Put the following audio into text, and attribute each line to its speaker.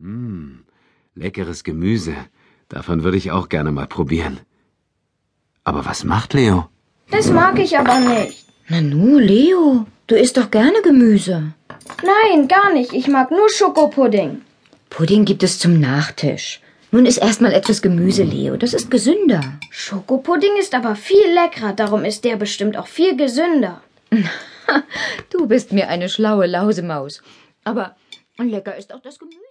Speaker 1: Mmh, leckeres Gemüse. Davon würde ich auch gerne mal probieren. Aber was macht Leo?
Speaker 2: Das mag ich aber nicht.
Speaker 3: Nanu, Leo, du isst doch gerne Gemüse.
Speaker 2: Nein, gar nicht. Ich mag nur Schokopudding.
Speaker 3: Pudding gibt es zum Nachtisch. Nun ist erstmal etwas Gemüse, Leo. Das ist gesünder.
Speaker 2: Schokopudding ist aber viel leckerer, darum ist der bestimmt auch viel gesünder.
Speaker 3: Du bist mir eine schlaue Lausemaus. Aber lecker ist auch das Gemüse.